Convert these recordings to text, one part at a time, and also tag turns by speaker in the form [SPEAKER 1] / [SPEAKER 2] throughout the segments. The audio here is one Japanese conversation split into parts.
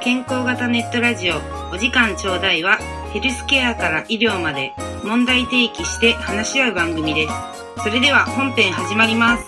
[SPEAKER 1] 健康型ネットラジオお時間ちょうだいはヘルスケアから医療まで問題提起して話し合う番組ですそれでは本編始まります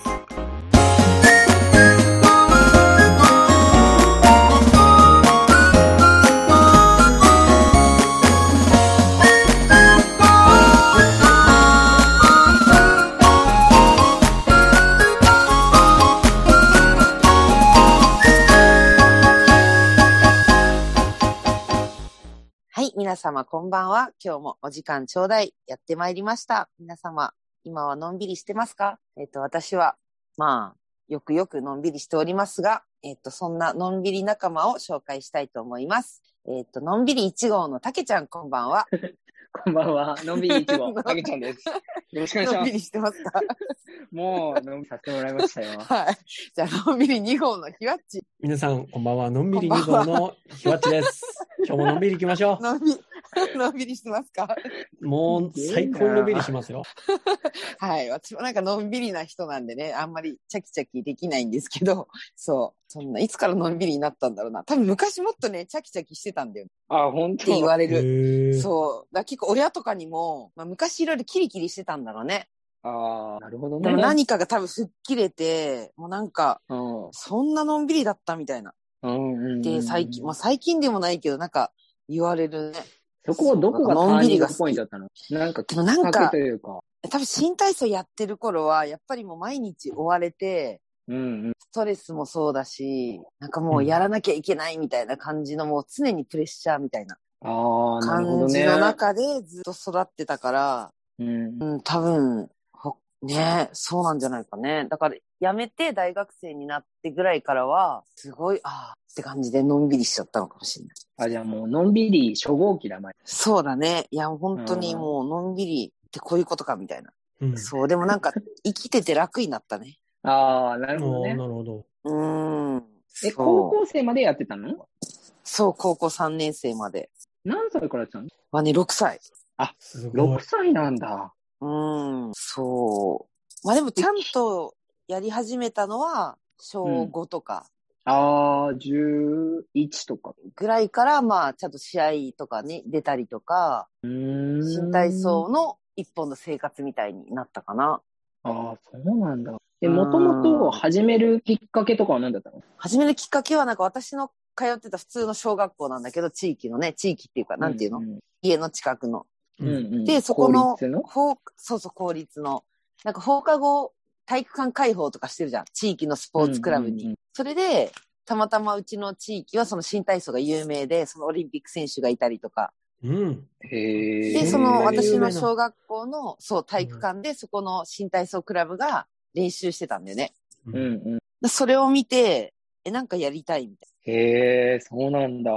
[SPEAKER 2] はい、皆様こんばんは。今日もお時間ちょうだいやってまいりました。皆様、今はのんびりしてますかえっ、と、私は、まあ、よくよくのんびりしておりますが、えっ、と、そんなのんびり仲間を紹介したいと思います。えっ、と、のんびり1号のたけちゃんこんばんは。
[SPEAKER 3] こんば んは。のんびりいちご、たけちゃんです。よろしくお願い
[SPEAKER 2] の
[SPEAKER 3] し
[SPEAKER 2] ん
[SPEAKER 3] ま
[SPEAKER 2] びりしてますか
[SPEAKER 3] す。もう、のんびりさせてもらいましたよ。
[SPEAKER 2] はい。じゃあ、のんびり2号のひわっち。
[SPEAKER 4] 皆さん、こんばんは。のんびり
[SPEAKER 2] こん
[SPEAKER 4] 2
[SPEAKER 2] ば
[SPEAKER 4] 号
[SPEAKER 2] ん
[SPEAKER 4] のひわっ ちです。今日ものんびり行きましょ
[SPEAKER 2] のんび り、のんびりしてますか
[SPEAKER 4] う。もう最高にのんびりします よ。
[SPEAKER 2] はい。私もなんかのんびりな人なんでね、あんまりチャキチャキできないんですけど、 そう。そんな、いつからのんびりになったんだろうな。多分昔もっとね、チャキチャキしてたんだよっ
[SPEAKER 3] あ、本
[SPEAKER 2] て言
[SPEAKER 3] 当
[SPEAKER 2] われる。
[SPEAKER 4] へー
[SPEAKER 2] そう。だから結構親とかにも、まあ、昔いろいろキリキリしてたんだろうね。
[SPEAKER 3] ああ、なるほど
[SPEAKER 2] で
[SPEAKER 3] ね。
[SPEAKER 2] も何かが多分吹っ切れて、もうなんか、
[SPEAKER 3] うん
[SPEAKER 2] そんなのんびりだったみたいな。
[SPEAKER 3] うんうんうん。
[SPEAKER 2] で、最近、まあ最近でもないけど、なんか言われるね。
[SPEAKER 3] そこをどこがタ
[SPEAKER 2] のん
[SPEAKER 3] ー
[SPEAKER 2] び
[SPEAKER 3] ニ
[SPEAKER 2] り
[SPEAKER 3] ン
[SPEAKER 2] が
[SPEAKER 3] グ
[SPEAKER 2] 好き
[SPEAKER 3] ポイントだったのなんか、き
[SPEAKER 2] でも
[SPEAKER 3] っ
[SPEAKER 2] なん
[SPEAKER 3] かけ
[SPEAKER 2] か
[SPEAKER 3] と、いうか。
[SPEAKER 2] 多分新体操やってる頃は、やっぱりもう毎日追われて、
[SPEAKER 3] うんうん。
[SPEAKER 2] ストレスもそうだし、なんかもうやらなきゃいけないみたいな感じの、もう常にプレッシャーみたいな
[SPEAKER 3] ああ、なる
[SPEAKER 2] 感
[SPEAKER 3] ほど
[SPEAKER 2] じ
[SPEAKER 3] ね。
[SPEAKER 2] の中でずっと育ってたから、
[SPEAKER 3] うん。
[SPEAKER 2] うん、多分、ほねそうなんじゃないかね。だから、辞めて大学生になってぐらいからは、すごい、ああ、って感じでのんびりしちゃったのかもしれない。
[SPEAKER 3] あ、じゃあもう、のんびり初号機だ、前。
[SPEAKER 2] そうだね。いや、本当に
[SPEAKER 3] うん
[SPEAKER 2] もうのんびりってこういうことかみたいな。
[SPEAKER 4] うん
[SPEAKER 2] そう、でもなんか、生きてて楽になったね。
[SPEAKER 3] ああ、な
[SPEAKER 4] あ
[SPEAKER 3] るほど
[SPEAKER 4] ー
[SPEAKER 3] ね。
[SPEAKER 4] なるほど。
[SPEAKER 2] うーん。
[SPEAKER 3] え、
[SPEAKER 2] そう
[SPEAKER 3] 高校生までやってたの
[SPEAKER 2] そう、高校3年生まで。
[SPEAKER 3] 何歳からやってたの
[SPEAKER 2] はね、6歳。
[SPEAKER 4] すご
[SPEAKER 3] ?6
[SPEAKER 4] い。
[SPEAKER 3] 歳なんだ。
[SPEAKER 2] うーん、そう。まあでもちゃんとやり始めたのは、小
[SPEAKER 3] うん
[SPEAKER 2] 5とか
[SPEAKER 3] ああ、11とか。
[SPEAKER 2] ぐらいから、まあちゃんと試合とかに出たりとか、
[SPEAKER 3] うーん。
[SPEAKER 2] 新体操の一本の生活みたいになったかな。
[SPEAKER 3] ああ、そうなんだ。え、
[SPEAKER 2] うん
[SPEAKER 3] もともと始めるきっかけとかは何だったの
[SPEAKER 2] 始めるきっかけはなんか私の通ってた普通の小学校なんだけど、地域のね、地域っていうか、なんていうの、
[SPEAKER 3] うん
[SPEAKER 2] 家の近くの。
[SPEAKER 3] うんうん
[SPEAKER 2] で、そこの
[SPEAKER 3] 公立の
[SPEAKER 2] 放そうそう、公立の。なんか放課後、体育館開放とかしてるじゃん。地域のスポーツクラブに。
[SPEAKER 3] うんうんうん
[SPEAKER 2] それで、たまたまうちの地域はその新体操が有名で、そのオリンピック選手がいたりとか。
[SPEAKER 4] うん。
[SPEAKER 3] へ
[SPEAKER 2] で、
[SPEAKER 3] え。
[SPEAKER 2] その
[SPEAKER 4] 有名
[SPEAKER 2] 私
[SPEAKER 4] な
[SPEAKER 2] の小学校の、そう、体育館でそこの新体操クラブが練習してたんだよね。
[SPEAKER 4] う
[SPEAKER 3] うん
[SPEAKER 4] ん。
[SPEAKER 3] うん。
[SPEAKER 2] でそれを見て、え、なんかやりたいみたいな。
[SPEAKER 3] へえ、そうなんだ。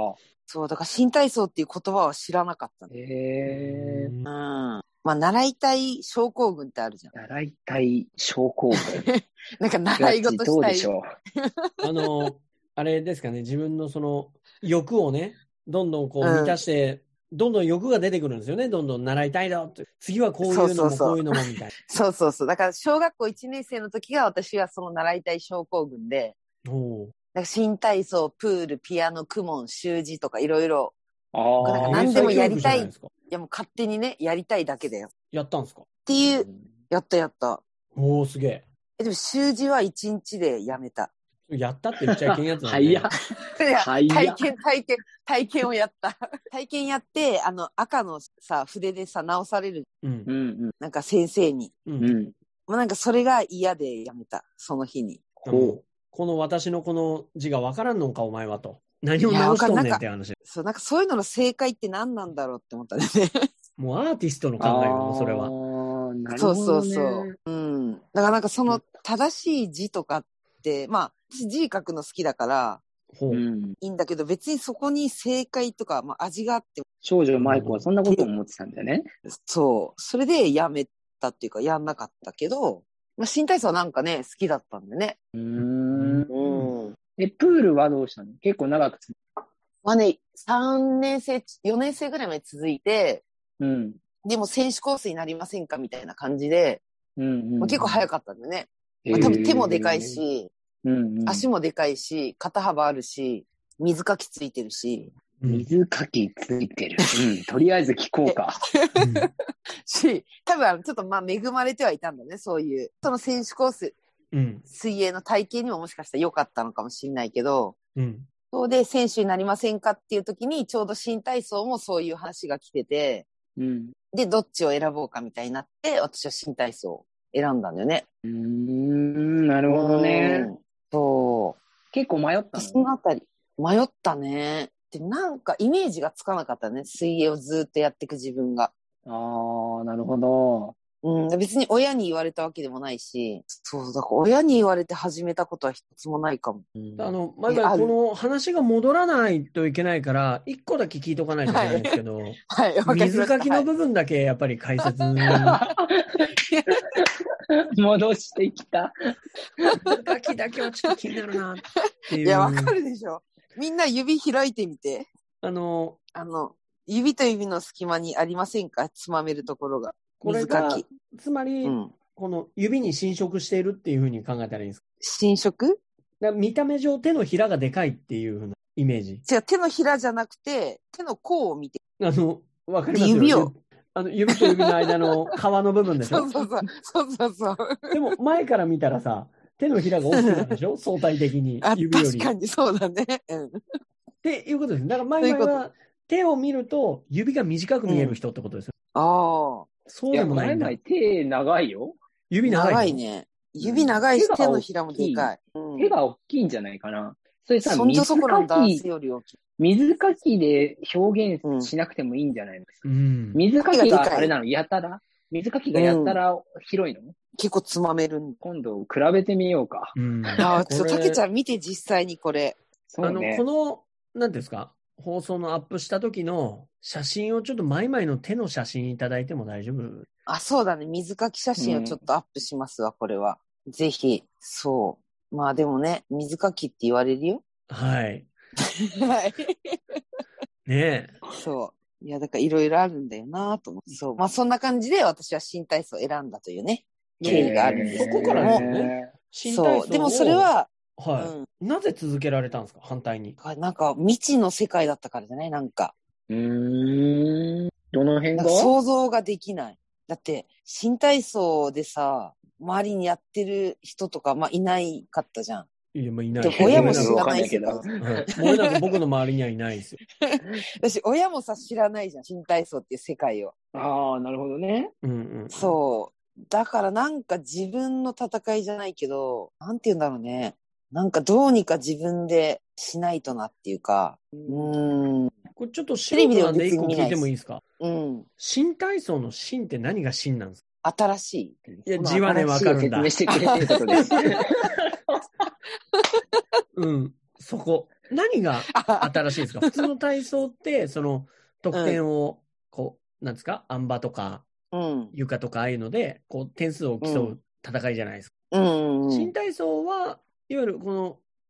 [SPEAKER 2] そう、だから新体操っていう言葉は知らなかったの。
[SPEAKER 3] へえ。
[SPEAKER 2] うん。まあ、習いたい症候群ってあるじゃん。
[SPEAKER 3] 習いたい症候群。
[SPEAKER 2] なんか習い事
[SPEAKER 3] ど
[SPEAKER 2] し
[SPEAKER 3] う
[SPEAKER 2] た
[SPEAKER 3] で
[SPEAKER 2] い
[SPEAKER 3] し。ょ
[SPEAKER 4] あの、あれですかね、自分のその欲をね、どんどんこう
[SPEAKER 2] うん
[SPEAKER 4] 満たして、どんどん欲が出てくるんですよね。どんどん習いたいだって。次はこうい
[SPEAKER 2] そう
[SPEAKER 4] う
[SPEAKER 2] そ
[SPEAKER 4] の
[SPEAKER 2] う
[SPEAKER 4] も
[SPEAKER 2] そう
[SPEAKER 4] こういうのもみたい
[SPEAKER 2] そうそうそう。だから小学校1年生の時が私はその習いたい症候群で、
[SPEAKER 4] な。おー
[SPEAKER 2] なんか新体操、プール、ピアノ、クモン、習字とかいろいろ、
[SPEAKER 3] う。あ
[SPEAKER 2] な
[SPEAKER 3] あ。
[SPEAKER 2] んか何でもやりたい
[SPEAKER 4] 英才教育じゃなですか
[SPEAKER 2] いやもう勝手にね、やりたいだけだよ。っ
[SPEAKER 4] やったんですか
[SPEAKER 2] ていう、やったやった。
[SPEAKER 4] おおすげえ。
[SPEAKER 2] えでも習字は1日でやめた。
[SPEAKER 4] やったって言っちゃいけんやつだ、ね。
[SPEAKER 3] はいや。
[SPEAKER 2] いや
[SPEAKER 3] はいや
[SPEAKER 2] 体験、体験、体験をやった。 体験やって、あの赤のさ、筆でさ、直される、
[SPEAKER 4] うん
[SPEAKER 3] う。ん
[SPEAKER 2] なんか先生に。
[SPEAKER 4] う
[SPEAKER 3] うん
[SPEAKER 4] ん。
[SPEAKER 3] うん。
[SPEAKER 2] もうなんかそれが嫌でやめた。その日に。
[SPEAKER 3] ほ
[SPEAKER 4] この私のこの字がわからんのか、お前はと。何を直しとんねんって話。
[SPEAKER 2] そう、なんかそういうのの正解って何なんだろうって思ったんだよね。
[SPEAKER 4] もうアーティストの
[SPEAKER 3] う。
[SPEAKER 4] 考えよ、もうそれは。
[SPEAKER 3] は。なる
[SPEAKER 2] そ
[SPEAKER 3] ほ
[SPEAKER 2] うそ
[SPEAKER 3] ど
[SPEAKER 2] う
[SPEAKER 3] ね。
[SPEAKER 2] そう。うん。だからなんかその正しい字とかって、まあ、私字書くの好きだから
[SPEAKER 4] ほう。
[SPEAKER 3] うん。
[SPEAKER 2] いいんだけど、別にそこに正解とか、まあ味があって、
[SPEAKER 3] 少女舞子はそんなことを思ってたんだよね。
[SPEAKER 2] そう。それでやめたっていうか、やんなかったけど、まあ新体操はなんかね、好きだったんでね。
[SPEAKER 3] うーん。
[SPEAKER 2] うん。
[SPEAKER 3] え、プールはどうしたの結構長くつ。
[SPEAKER 2] まあね、3年生、4年生ぐらいまで続いて、
[SPEAKER 3] うん。
[SPEAKER 2] でも選手コースになりませんかみたいな感じで、
[SPEAKER 3] うんうん
[SPEAKER 2] まあ、結構早
[SPEAKER 3] く、
[SPEAKER 2] かったんでね。
[SPEAKER 3] え
[SPEAKER 2] まあ、多分手もで
[SPEAKER 3] で
[SPEAKER 2] かいし、
[SPEAKER 3] うんうん、
[SPEAKER 2] 足もでかいし、肩幅あるし、水かきついてるし、
[SPEAKER 4] うん
[SPEAKER 3] 水かきついてる。うん。とりあえず聞こうか。
[SPEAKER 2] し、多分あのちょっとまあ恵まれてはいたんだね、そういう。その選手コース、
[SPEAKER 4] うん。
[SPEAKER 2] 水泳の体型にももしかしたら良かったのかもしれないけど、
[SPEAKER 4] うん。
[SPEAKER 2] そうで選手になりませんかっていう時に、ちょうど新体操もそういう話が来てて、
[SPEAKER 3] うん。
[SPEAKER 2] で、どっちを選ぼうかみたいになって、私は新体操を選んだんだよね。
[SPEAKER 3] うーん、なるほどね
[SPEAKER 2] う。ん。そう。
[SPEAKER 3] 結構迷った
[SPEAKER 2] その
[SPEAKER 3] の
[SPEAKER 2] あたり、迷ったね。でもなんかイメージがつかなかったね。水泳をずっとやっていく自分が。
[SPEAKER 3] ああ、なるほど。
[SPEAKER 2] うん、別に親に言われたわけでもないし、そう、だから親に言われて始めたことは一つもないかも。
[SPEAKER 4] あの、毎回この話が戻らないといけないから、一個だけ聞いとかないといけないんですけど、
[SPEAKER 2] はい、 わかりました
[SPEAKER 4] 水かきの
[SPEAKER 2] はい
[SPEAKER 4] 部分だけやっぱり解説に、
[SPEAKER 3] 戻してきた。
[SPEAKER 4] 水かきだけはちょっと気になるなっていう。
[SPEAKER 2] いや、わかるでしょ。みんな指開いてみて。
[SPEAKER 4] あの、
[SPEAKER 2] あの、指と指の隙間にありませんかつまめるところが。
[SPEAKER 4] これ
[SPEAKER 2] 水か
[SPEAKER 4] が
[SPEAKER 2] き。
[SPEAKER 4] つまり、
[SPEAKER 2] うん。
[SPEAKER 4] この指に侵食しているっていうふうに考えたらいいんですか
[SPEAKER 2] 侵食
[SPEAKER 4] だから見た目上手のひらがでかいっていうふうなイメージ。
[SPEAKER 2] 違う、手のひらじゃなくて、手の甲を見て。
[SPEAKER 4] あの、わかりますよ
[SPEAKER 2] 指を。
[SPEAKER 4] あの指と指の間の皮の部分で し
[SPEAKER 2] そ
[SPEAKER 4] ょ
[SPEAKER 2] うそうそう。そうそう そう。
[SPEAKER 4] でも前から見たらさ、手のひらが大きくなるで しょ相対的に
[SPEAKER 2] あ、
[SPEAKER 4] 指よ
[SPEAKER 2] 確
[SPEAKER 4] り。
[SPEAKER 2] か
[SPEAKER 4] っ
[SPEAKER 2] にそうだね。うん。
[SPEAKER 4] ていうことです。だから前々
[SPEAKER 2] そう
[SPEAKER 4] は手を見ると指が短く見える人ってことですよ。
[SPEAKER 2] ああ。
[SPEAKER 4] そう
[SPEAKER 3] い
[SPEAKER 4] で
[SPEAKER 3] や、
[SPEAKER 4] もない
[SPEAKER 3] 前
[SPEAKER 4] んだ
[SPEAKER 3] 々。手長いよ。
[SPEAKER 4] 指長い。
[SPEAKER 2] 長い。ね。指長いし、手のひらもでかい。うん
[SPEAKER 3] 手が大きいんじゃないかな。それさ、
[SPEAKER 2] そんじょそ
[SPEAKER 3] 水
[SPEAKER 2] こら
[SPEAKER 3] か
[SPEAKER 2] のダンス
[SPEAKER 3] き、
[SPEAKER 2] より大きい。
[SPEAKER 3] 水かきで表現しなくてもいいんじゃないの、
[SPEAKER 4] うん。
[SPEAKER 3] 水かき
[SPEAKER 2] 手がでかい
[SPEAKER 3] があれなのやたら水かきがやたら広いの、
[SPEAKER 2] 結構つまめるんだ。
[SPEAKER 3] 今度比べてみようか。
[SPEAKER 4] う ん、
[SPEAKER 2] ああ、ちょっ
[SPEAKER 4] これ
[SPEAKER 2] と、たけちゃん見て実際にこれ。
[SPEAKER 3] そう
[SPEAKER 4] あの、
[SPEAKER 3] ね
[SPEAKER 4] こ。の、なんていうんですか、放送のアップした時の写真をちょっと前々の手の写真いただいても大丈夫
[SPEAKER 2] あ、そうだね。水かき写真をちょっとアップしますわ、これは。ぜひ。そう。まあでもね、水かきって言われるよ。
[SPEAKER 4] はい。
[SPEAKER 2] はい。
[SPEAKER 4] ねえ。
[SPEAKER 2] そう。いや、だからいろいろあるんだよなと思って。そう。まあそんな感じで私は新体操を選んだというね。経緯があるんです
[SPEAKER 4] そ
[SPEAKER 2] けど
[SPEAKER 4] こ
[SPEAKER 2] も
[SPEAKER 4] からですよね。新体操を
[SPEAKER 2] そう。でもそれ、は、う
[SPEAKER 4] は
[SPEAKER 2] ん。
[SPEAKER 4] い。なぜ続けられたんですか反対に。
[SPEAKER 2] なんか未知の世界だったからじゃないなんか。
[SPEAKER 3] うーん。どの辺
[SPEAKER 2] な
[SPEAKER 3] が
[SPEAKER 2] んか想像ができない。だって、新体操でさ、周りにやってる人とか、まあ、いないかったじゃん。
[SPEAKER 4] いや、まあ、いない。
[SPEAKER 2] で親も
[SPEAKER 4] 知
[SPEAKER 2] 知
[SPEAKER 4] ら
[SPEAKER 2] ら
[SPEAKER 4] ない。
[SPEAKER 2] ない
[SPEAKER 3] けど。
[SPEAKER 4] はい俺なんか僕の周りにはいないですよ。
[SPEAKER 2] 私、親もさ、知らないじゃん。新体操っていう世界を。
[SPEAKER 3] ああ、なるほどね。
[SPEAKER 4] うんうん。
[SPEAKER 2] そう。だからなんか自分の戦いじゃないけど、なんて言うんだろうね。なんかどうにか自分でしないとなっていうか。うーん。
[SPEAKER 4] これちょっとテレビなんで一個聞いてもいいですか
[SPEAKER 2] うん。
[SPEAKER 4] 新体操の新って何が新なんですか
[SPEAKER 2] 新しい。
[SPEAKER 4] いや字はねわかるんだ
[SPEAKER 3] 新しい説明してくれてるってことです。
[SPEAKER 4] うん。そこ。何が
[SPEAKER 2] あ
[SPEAKER 4] 新しいです か普通の体操って、その、得点を、こう、なんですかあん馬とか、
[SPEAKER 2] うん。
[SPEAKER 4] 床とかああいうので、こう、点数を競う戦いじゃないですか。
[SPEAKER 2] うん。うん
[SPEAKER 4] 新体操は、いわゆるこ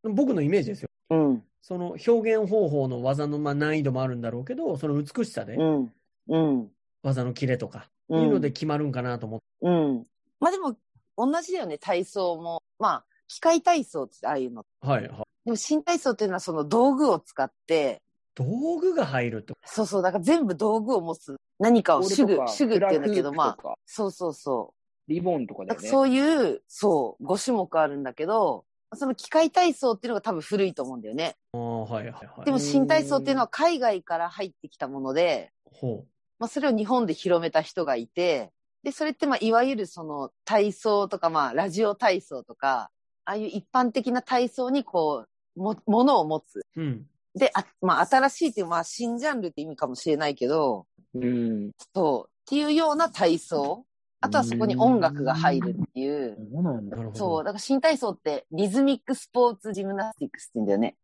[SPEAKER 4] の、僕のイメージですよ。
[SPEAKER 2] うん。
[SPEAKER 4] その表現方法の技のまあ難易度もあるんだろうけど、その美しさで
[SPEAKER 2] うん。うん。
[SPEAKER 4] 技のキレとか、
[SPEAKER 2] うん
[SPEAKER 4] いうので決まるんかなと思って。
[SPEAKER 2] うん。まあでも、同じだよね、体操も。まあ、機械体操ってああいうの。
[SPEAKER 4] はい、はい。
[SPEAKER 2] でも、新体操っていうのはその道具を使って、
[SPEAKER 4] 道具が入るってこ
[SPEAKER 2] そうそう、だから全部道具を持つ。何かを主具、主具っていうんだけど、まあ、
[SPEAKER 3] あ。
[SPEAKER 2] そうそうそ
[SPEAKER 3] リボンとか
[SPEAKER 2] う。
[SPEAKER 3] だ
[SPEAKER 2] だか
[SPEAKER 3] よ
[SPEAKER 2] ら
[SPEAKER 3] ね。
[SPEAKER 2] そういう、そう、5種目あるんだけど、その機械体操っていうのが多分古いと思うんだよね。
[SPEAKER 4] と。ああ、はい、はい、はい。
[SPEAKER 2] でも新体操っていうのは海外から入ってきたもので、
[SPEAKER 4] ほ
[SPEAKER 2] まあそれを日本で広めた人がいて、で、それってまあいわゆるその体操とかまあラジオ体操とか、ああいう一般的な体操にこう、も、ものを持つ。
[SPEAKER 4] う。うん。
[SPEAKER 2] で、あまあ新しいっていうまあ新ジャンルって意味かもしれないけど、
[SPEAKER 3] うん。
[SPEAKER 2] そう、っていうような体操。あとはそこに音楽が入るっていう。
[SPEAKER 3] そうなんだ
[SPEAKER 4] な。るほ
[SPEAKER 2] そう、
[SPEAKER 4] ど。
[SPEAKER 2] だから新体操ってリズミックスポーツジムナスティックスって言うんだよね。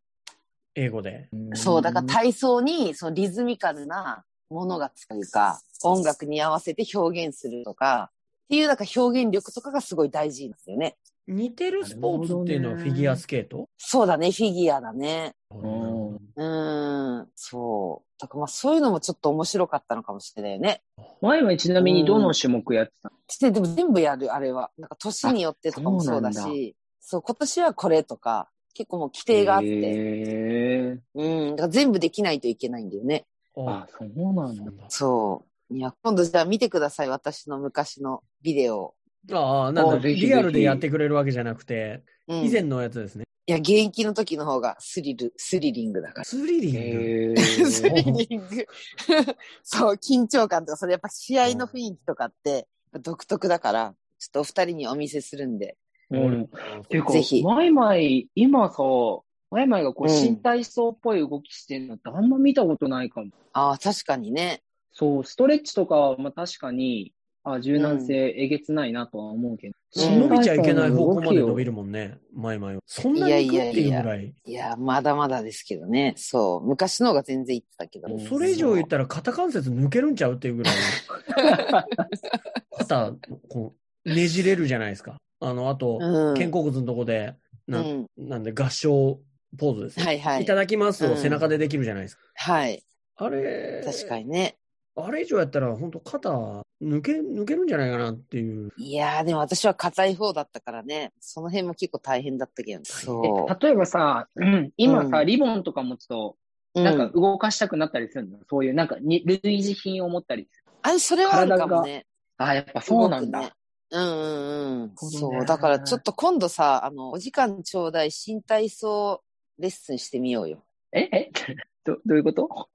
[SPEAKER 4] 英語で。
[SPEAKER 2] そう、だから体操にそのリズミカルなものがつくというか、音楽に合わせて表現するとか、っていうなんか表現力とかがすごい大事なんですよね。
[SPEAKER 4] 似てるスポーツっていうのは
[SPEAKER 3] な
[SPEAKER 4] フ
[SPEAKER 3] るほどね
[SPEAKER 4] ィギュアスケート
[SPEAKER 2] そうだね、フィギュアだね。
[SPEAKER 3] うん
[SPEAKER 2] うーん、そう。だからまあそういうのもちょっと面白かったのかもしれないよね。
[SPEAKER 3] 前はちなみにどの種目やってたの
[SPEAKER 2] してでも全部やる、あれは。なんか年によってとかもそうだし、そう、今年はこれとか、結構もう規定があって、
[SPEAKER 3] へー
[SPEAKER 2] うん、だから全部できないといけないんだよね。
[SPEAKER 4] あ
[SPEAKER 3] あ、そうな
[SPEAKER 4] あそ
[SPEAKER 3] ん
[SPEAKER 4] う
[SPEAKER 3] だ。
[SPEAKER 4] なん
[SPEAKER 2] そう。いや、今度じゃあ見てください、私の昔のビデオを。
[SPEAKER 4] だああ、なんだ、
[SPEAKER 3] あぜひぜひ
[SPEAKER 4] リアルでやってくれるわけじゃなくて、
[SPEAKER 2] うん、
[SPEAKER 4] 以
[SPEAKER 2] い
[SPEAKER 4] 前のやつですね。
[SPEAKER 2] や、現役の時の方がスリル、スリリングだから。
[SPEAKER 4] スリリン
[SPEAKER 3] へ
[SPEAKER 4] グ。
[SPEAKER 2] スリ
[SPEAKER 3] ー
[SPEAKER 2] リング。 そう、緊張感とか、それやっぱ試合の雰囲気とかって独特だから、ちょっとお二人にお見せするんで。
[SPEAKER 3] うん。っていうか
[SPEAKER 2] ぜひ、
[SPEAKER 3] マイマイ、今さ、マイマイがこう
[SPEAKER 2] うん
[SPEAKER 3] 身体操っぽい動きしてるのってあんま見たことないかも。
[SPEAKER 2] ああ、確かにね。
[SPEAKER 3] そう、ストレッチとかは、まあ確かに、あ柔軟性えげつないなとは思うけど。
[SPEAKER 2] うん
[SPEAKER 4] 伸びちゃいけない方向まで伸び
[SPEAKER 3] る。
[SPEAKER 4] るもんね、前々は。そんなに行くっていうぐらい。
[SPEAKER 2] いや、まだまだですけどね。そう、昔の方が全然言ってたけど。
[SPEAKER 4] もうそれ以上言ったら肩関節抜けるんちゃうってい うぐらい。 肩、こう、ねじれるじゃないですか。あの、あと、
[SPEAKER 2] うん
[SPEAKER 4] 肩甲骨のとこで、
[SPEAKER 2] う。
[SPEAKER 4] なんなんで合掌ポーズですね。
[SPEAKER 2] はいはいい
[SPEAKER 4] た。だきます
[SPEAKER 2] う
[SPEAKER 4] を
[SPEAKER 2] ん
[SPEAKER 4] 背中でできるじゃないですか。
[SPEAKER 2] はい。
[SPEAKER 4] あれ、
[SPEAKER 2] 確かにね。
[SPEAKER 4] あれ以上やったら、本当肩抜け、抜けるんじゃないかなっていう。
[SPEAKER 2] いやー、でも私は硬い方だったからね。その辺も結構大変だったけど。そ
[SPEAKER 3] え例えばさ、うん今
[SPEAKER 2] う
[SPEAKER 3] さ、
[SPEAKER 2] ん
[SPEAKER 3] リボンとか持つと、
[SPEAKER 2] う。
[SPEAKER 3] なん
[SPEAKER 2] う
[SPEAKER 3] か動かしたくなったりするの、そういう、なんかに類似品を持ったりする。
[SPEAKER 2] あ、それはあるかもね。
[SPEAKER 3] あーやっぱそうなん
[SPEAKER 2] 動く
[SPEAKER 3] だ
[SPEAKER 2] ね。うんうんうん。
[SPEAKER 3] ほどね
[SPEAKER 2] そう。だからちょっと今度さ、あの、お時間ちょうだい、新体操レッスンしてみようよ。
[SPEAKER 3] ええ どどういうこと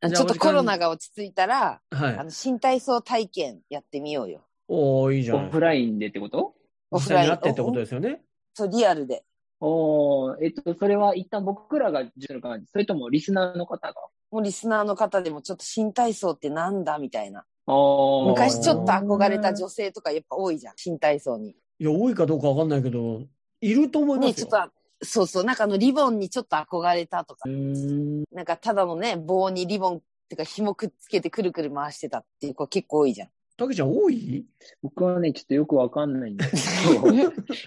[SPEAKER 2] あの
[SPEAKER 4] じ
[SPEAKER 2] ち
[SPEAKER 4] ゃあ
[SPEAKER 2] ょっとコロナが落ち着いたら、
[SPEAKER 4] は
[SPEAKER 2] あ
[SPEAKER 4] い。
[SPEAKER 2] の、新体操体験やってみようよ。
[SPEAKER 4] おおいいじゃ
[SPEAKER 3] オ
[SPEAKER 4] ないです
[SPEAKER 3] フ
[SPEAKER 4] か。
[SPEAKER 3] ラインでってこと
[SPEAKER 2] オ
[SPEAKER 4] 実
[SPEAKER 2] フ
[SPEAKER 4] 際
[SPEAKER 2] ライ
[SPEAKER 4] に
[SPEAKER 2] ン。
[SPEAKER 4] なってってことですよね。
[SPEAKER 2] そう、リアルで。
[SPEAKER 3] おーえっと、それは一旦僕らが準備する感じそれともリスナーの方が
[SPEAKER 2] もうリスナーの方でもちょっと新体操ってなんだみたいな。
[SPEAKER 3] おー
[SPEAKER 2] 昔ちょっと憧れた女性とかやっぱ多いじゃん。新体操に。
[SPEAKER 4] いや、多いかどうかわかんないけど、いると思いま
[SPEAKER 2] ね、ちょ
[SPEAKER 4] すよ
[SPEAKER 2] っ。とあ、そうそう、なんかあのリボンにちょっと憧れたとか
[SPEAKER 3] う、ーん
[SPEAKER 2] なんかただのね、棒にリボンってか紐くっつけてくるくる回してたっていう子結構多いじゃん。
[SPEAKER 4] たけちゃん多い
[SPEAKER 3] 僕はね、ちょっとよくわかんないんですけど
[SPEAKER 2] い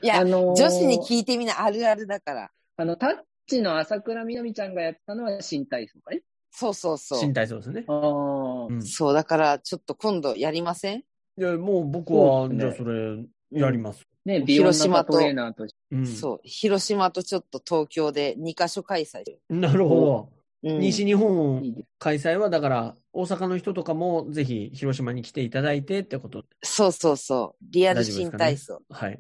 [SPEAKER 2] や、
[SPEAKER 3] あのー
[SPEAKER 2] 女子に聞いてみなあるあるだから。
[SPEAKER 3] あの、タッチの朝倉みなみちゃんがやったのは新体操かね。
[SPEAKER 2] そうそうそ
[SPEAKER 4] 新
[SPEAKER 2] う。
[SPEAKER 4] 体操ですね。
[SPEAKER 3] あー
[SPEAKER 4] うん。い
[SPEAKER 2] そう、だからちょっと今度やりません
[SPEAKER 4] や、もう僕は、
[SPEAKER 3] そうですね
[SPEAKER 4] じゃあそれ、やります。
[SPEAKER 3] ね、
[SPEAKER 2] ん
[SPEAKER 3] 美容
[SPEAKER 2] 広島
[SPEAKER 3] の
[SPEAKER 2] と
[SPEAKER 3] トレーナーとして。
[SPEAKER 4] うん。
[SPEAKER 2] そう、広島とちょっと東京で2カ所開催。
[SPEAKER 4] なるほ
[SPEAKER 2] う
[SPEAKER 4] ど。
[SPEAKER 2] ん、
[SPEAKER 4] 西日本
[SPEAKER 3] いいです
[SPEAKER 4] 開催は、だから、大阪の人とかも、ぜひ、広島に来ていただいてってこと。
[SPEAKER 2] そうそうそう。リアル新体操。
[SPEAKER 4] はい。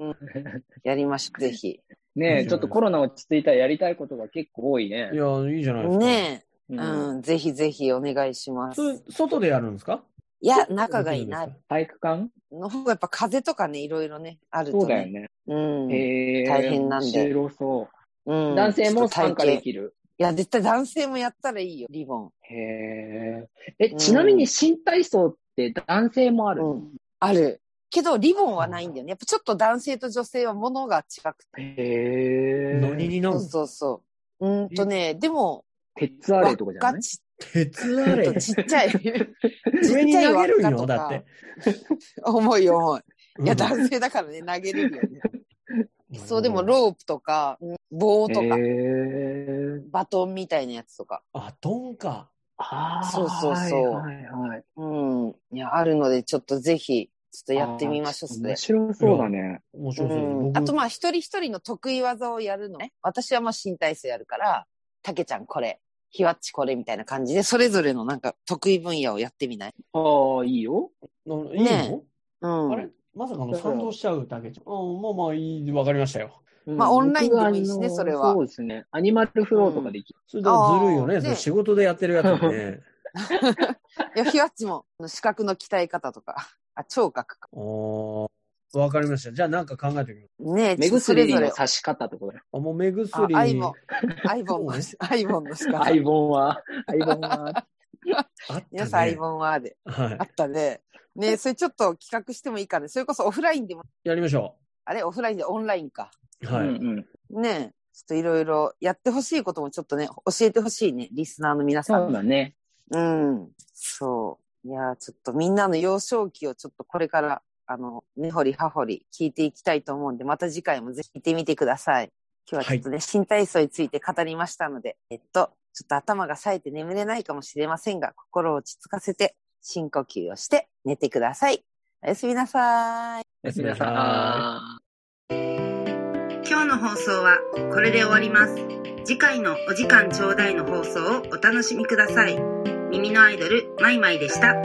[SPEAKER 2] やりましょう、ぜひ。
[SPEAKER 3] ね
[SPEAKER 4] いいじゃない
[SPEAKER 3] ちょっとコロナ落ち着いたらやりたいことが結構多いね
[SPEAKER 4] い。や、いいじゃないですか。
[SPEAKER 2] ね
[SPEAKER 3] う
[SPEAKER 2] え、
[SPEAKER 3] ん
[SPEAKER 2] うん、ぜひぜひお願いします
[SPEAKER 4] そ。れ外でやるんですか
[SPEAKER 2] いや、仲がいいな。
[SPEAKER 3] 体育館
[SPEAKER 2] の方がやっぱ風とかね、いろいろね、あると、ね。
[SPEAKER 3] そうだよね。
[SPEAKER 2] うん。
[SPEAKER 3] へー
[SPEAKER 2] 大変なんで
[SPEAKER 3] 面白そうう。
[SPEAKER 2] ん
[SPEAKER 3] 男性も
[SPEAKER 2] ちょっ
[SPEAKER 3] 参
[SPEAKER 2] と
[SPEAKER 3] 加
[SPEAKER 2] 体験
[SPEAKER 3] できる。
[SPEAKER 2] いや、絶対男性もやったらいいよ、リボン。
[SPEAKER 3] へーえ、ちなみに新体操って男性もある。
[SPEAKER 2] うんある。けど、リボンはないんだよね。やっぱちょっと男性と女性はものが違くて。
[SPEAKER 3] へー
[SPEAKER 4] 何にな
[SPEAKER 2] そ
[SPEAKER 4] るん
[SPEAKER 2] う
[SPEAKER 4] ですか
[SPEAKER 2] そうそう。うーんとね、でも、
[SPEAKER 3] 鉄アレイとかじゃ
[SPEAKER 2] 輪っ
[SPEAKER 3] な
[SPEAKER 2] か
[SPEAKER 3] い
[SPEAKER 2] ち
[SPEAKER 4] 鉄あ
[SPEAKER 2] ょっ
[SPEAKER 4] れ
[SPEAKER 2] と。ちっちゃい。
[SPEAKER 4] 上
[SPEAKER 2] ちっ
[SPEAKER 4] に投げるん
[SPEAKER 2] ちゃい輪っかと
[SPEAKER 4] よ、
[SPEAKER 2] か
[SPEAKER 4] だって。
[SPEAKER 2] 重い重い。いや、
[SPEAKER 4] だ
[SPEAKER 2] 男性だから ね、投げれるよね。そう、でも、ロープとか、うん棒とか、
[SPEAKER 3] へー
[SPEAKER 2] バトンみたいなやつとか。
[SPEAKER 4] あ、ドンか。
[SPEAKER 3] あー
[SPEAKER 2] そうそうそう
[SPEAKER 3] はいはいはい。
[SPEAKER 2] うん。いや、あるので、ちょっとぜひ、ちょっとやってみましょう、
[SPEAKER 3] あー
[SPEAKER 2] それ
[SPEAKER 3] 面。白そうだね。
[SPEAKER 4] 面白そうです。
[SPEAKER 2] うん。
[SPEAKER 4] 僕
[SPEAKER 2] あと、まあ、一人一人の得意技をやるのね。私はまあ、新体操やるから、たけちゃんこれ、ひわっちこれみたいな感じで、それぞれのなんか得意分野をやってみない
[SPEAKER 3] ああ、いいよ。
[SPEAKER 4] あいい
[SPEAKER 2] ね
[SPEAKER 4] の
[SPEAKER 2] うん。
[SPEAKER 4] あれまさかの
[SPEAKER 3] だから
[SPEAKER 4] 賛同しちゃうだけじゃん。うん、まあまあいい、わかりましたよ。
[SPEAKER 2] まあ
[SPEAKER 3] うん
[SPEAKER 2] オンラインでもいいしね
[SPEAKER 3] 僕があの
[SPEAKER 2] それは
[SPEAKER 3] そうですね。アニマルフローとかできる。
[SPEAKER 4] それだからずるいよ
[SPEAKER 2] あ
[SPEAKER 4] ね。
[SPEAKER 2] ー
[SPEAKER 4] それ
[SPEAKER 2] ね
[SPEAKER 4] 仕事でやってるやつね。
[SPEAKER 2] いや、ひわっちも、あの視覚の鍛え方とか、あ、聴覚か。
[SPEAKER 4] おーわかりました。じゃあなんか考えてみよ
[SPEAKER 2] ねえ、
[SPEAKER 3] 目
[SPEAKER 2] ちょっとそれ
[SPEAKER 3] 薬
[SPEAKER 2] ぞ
[SPEAKER 3] の
[SPEAKER 2] れ。
[SPEAKER 3] 刺し方ってことだ。
[SPEAKER 4] う。あ、もう目
[SPEAKER 2] あ、
[SPEAKER 4] 薬。
[SPEAKER 2] アイボン、アイボンの、アイボンの視
[SPEAKER 3] アイ
[SPEAKER 2] 覚。
[SPEAKER 3] ボンは、アイボンは。
[SPEAKER 4] あったね
[SPEAKER 2] 皆さん、アイボンはで。
[SPEAKER 4] はい
[SPEAKER 2] あ。ったね。ねえ、それちょっと企画してもいいかね。それこそオフラインでも、
[SPEAKER 4] やりましょ
[SPEAKER 2] あれ、オフラインでオンラインか。
[SPEAKER 4] う。は
[SPEAKER 3] うん
[SPEAKER 4] い。
[SPEAKER 3] うん。
[SPEAKER 2] ねえ、ちょっといろいろやってほしいこともちょっとね、教えてほしいね、リスナーの皆さ。
[SPEAKER 3] そうんだね。
[SPEAKER 2] うん。そう。いやー、ちょっとみんなの幼少期をちょっとこれから、あの、根掘り葉掘り聞いていきたいと思うんで、また次回もぜひ聞いてみてください。今日はちょっとね、新体操について語りましたので、えっと、ちょっと頭が冴えて眠れないかもしれませんが、心を落ち着かせて、深呼吸をして寝てください。おやすみなさーい。
[SPEAKER 4] おやすみ
[SPEAKER 3] 皆
[SPEAKER 4] なさ
[SPEAKER 3] さ
[SPEAKER 4] い
[SPEAKER 3] ん。
[SPEAKER 1] 今日の放送はこれで終わります。次回のお時間ちょうだいの放送をお楽しみください。耳のアイドル、マイマイでした。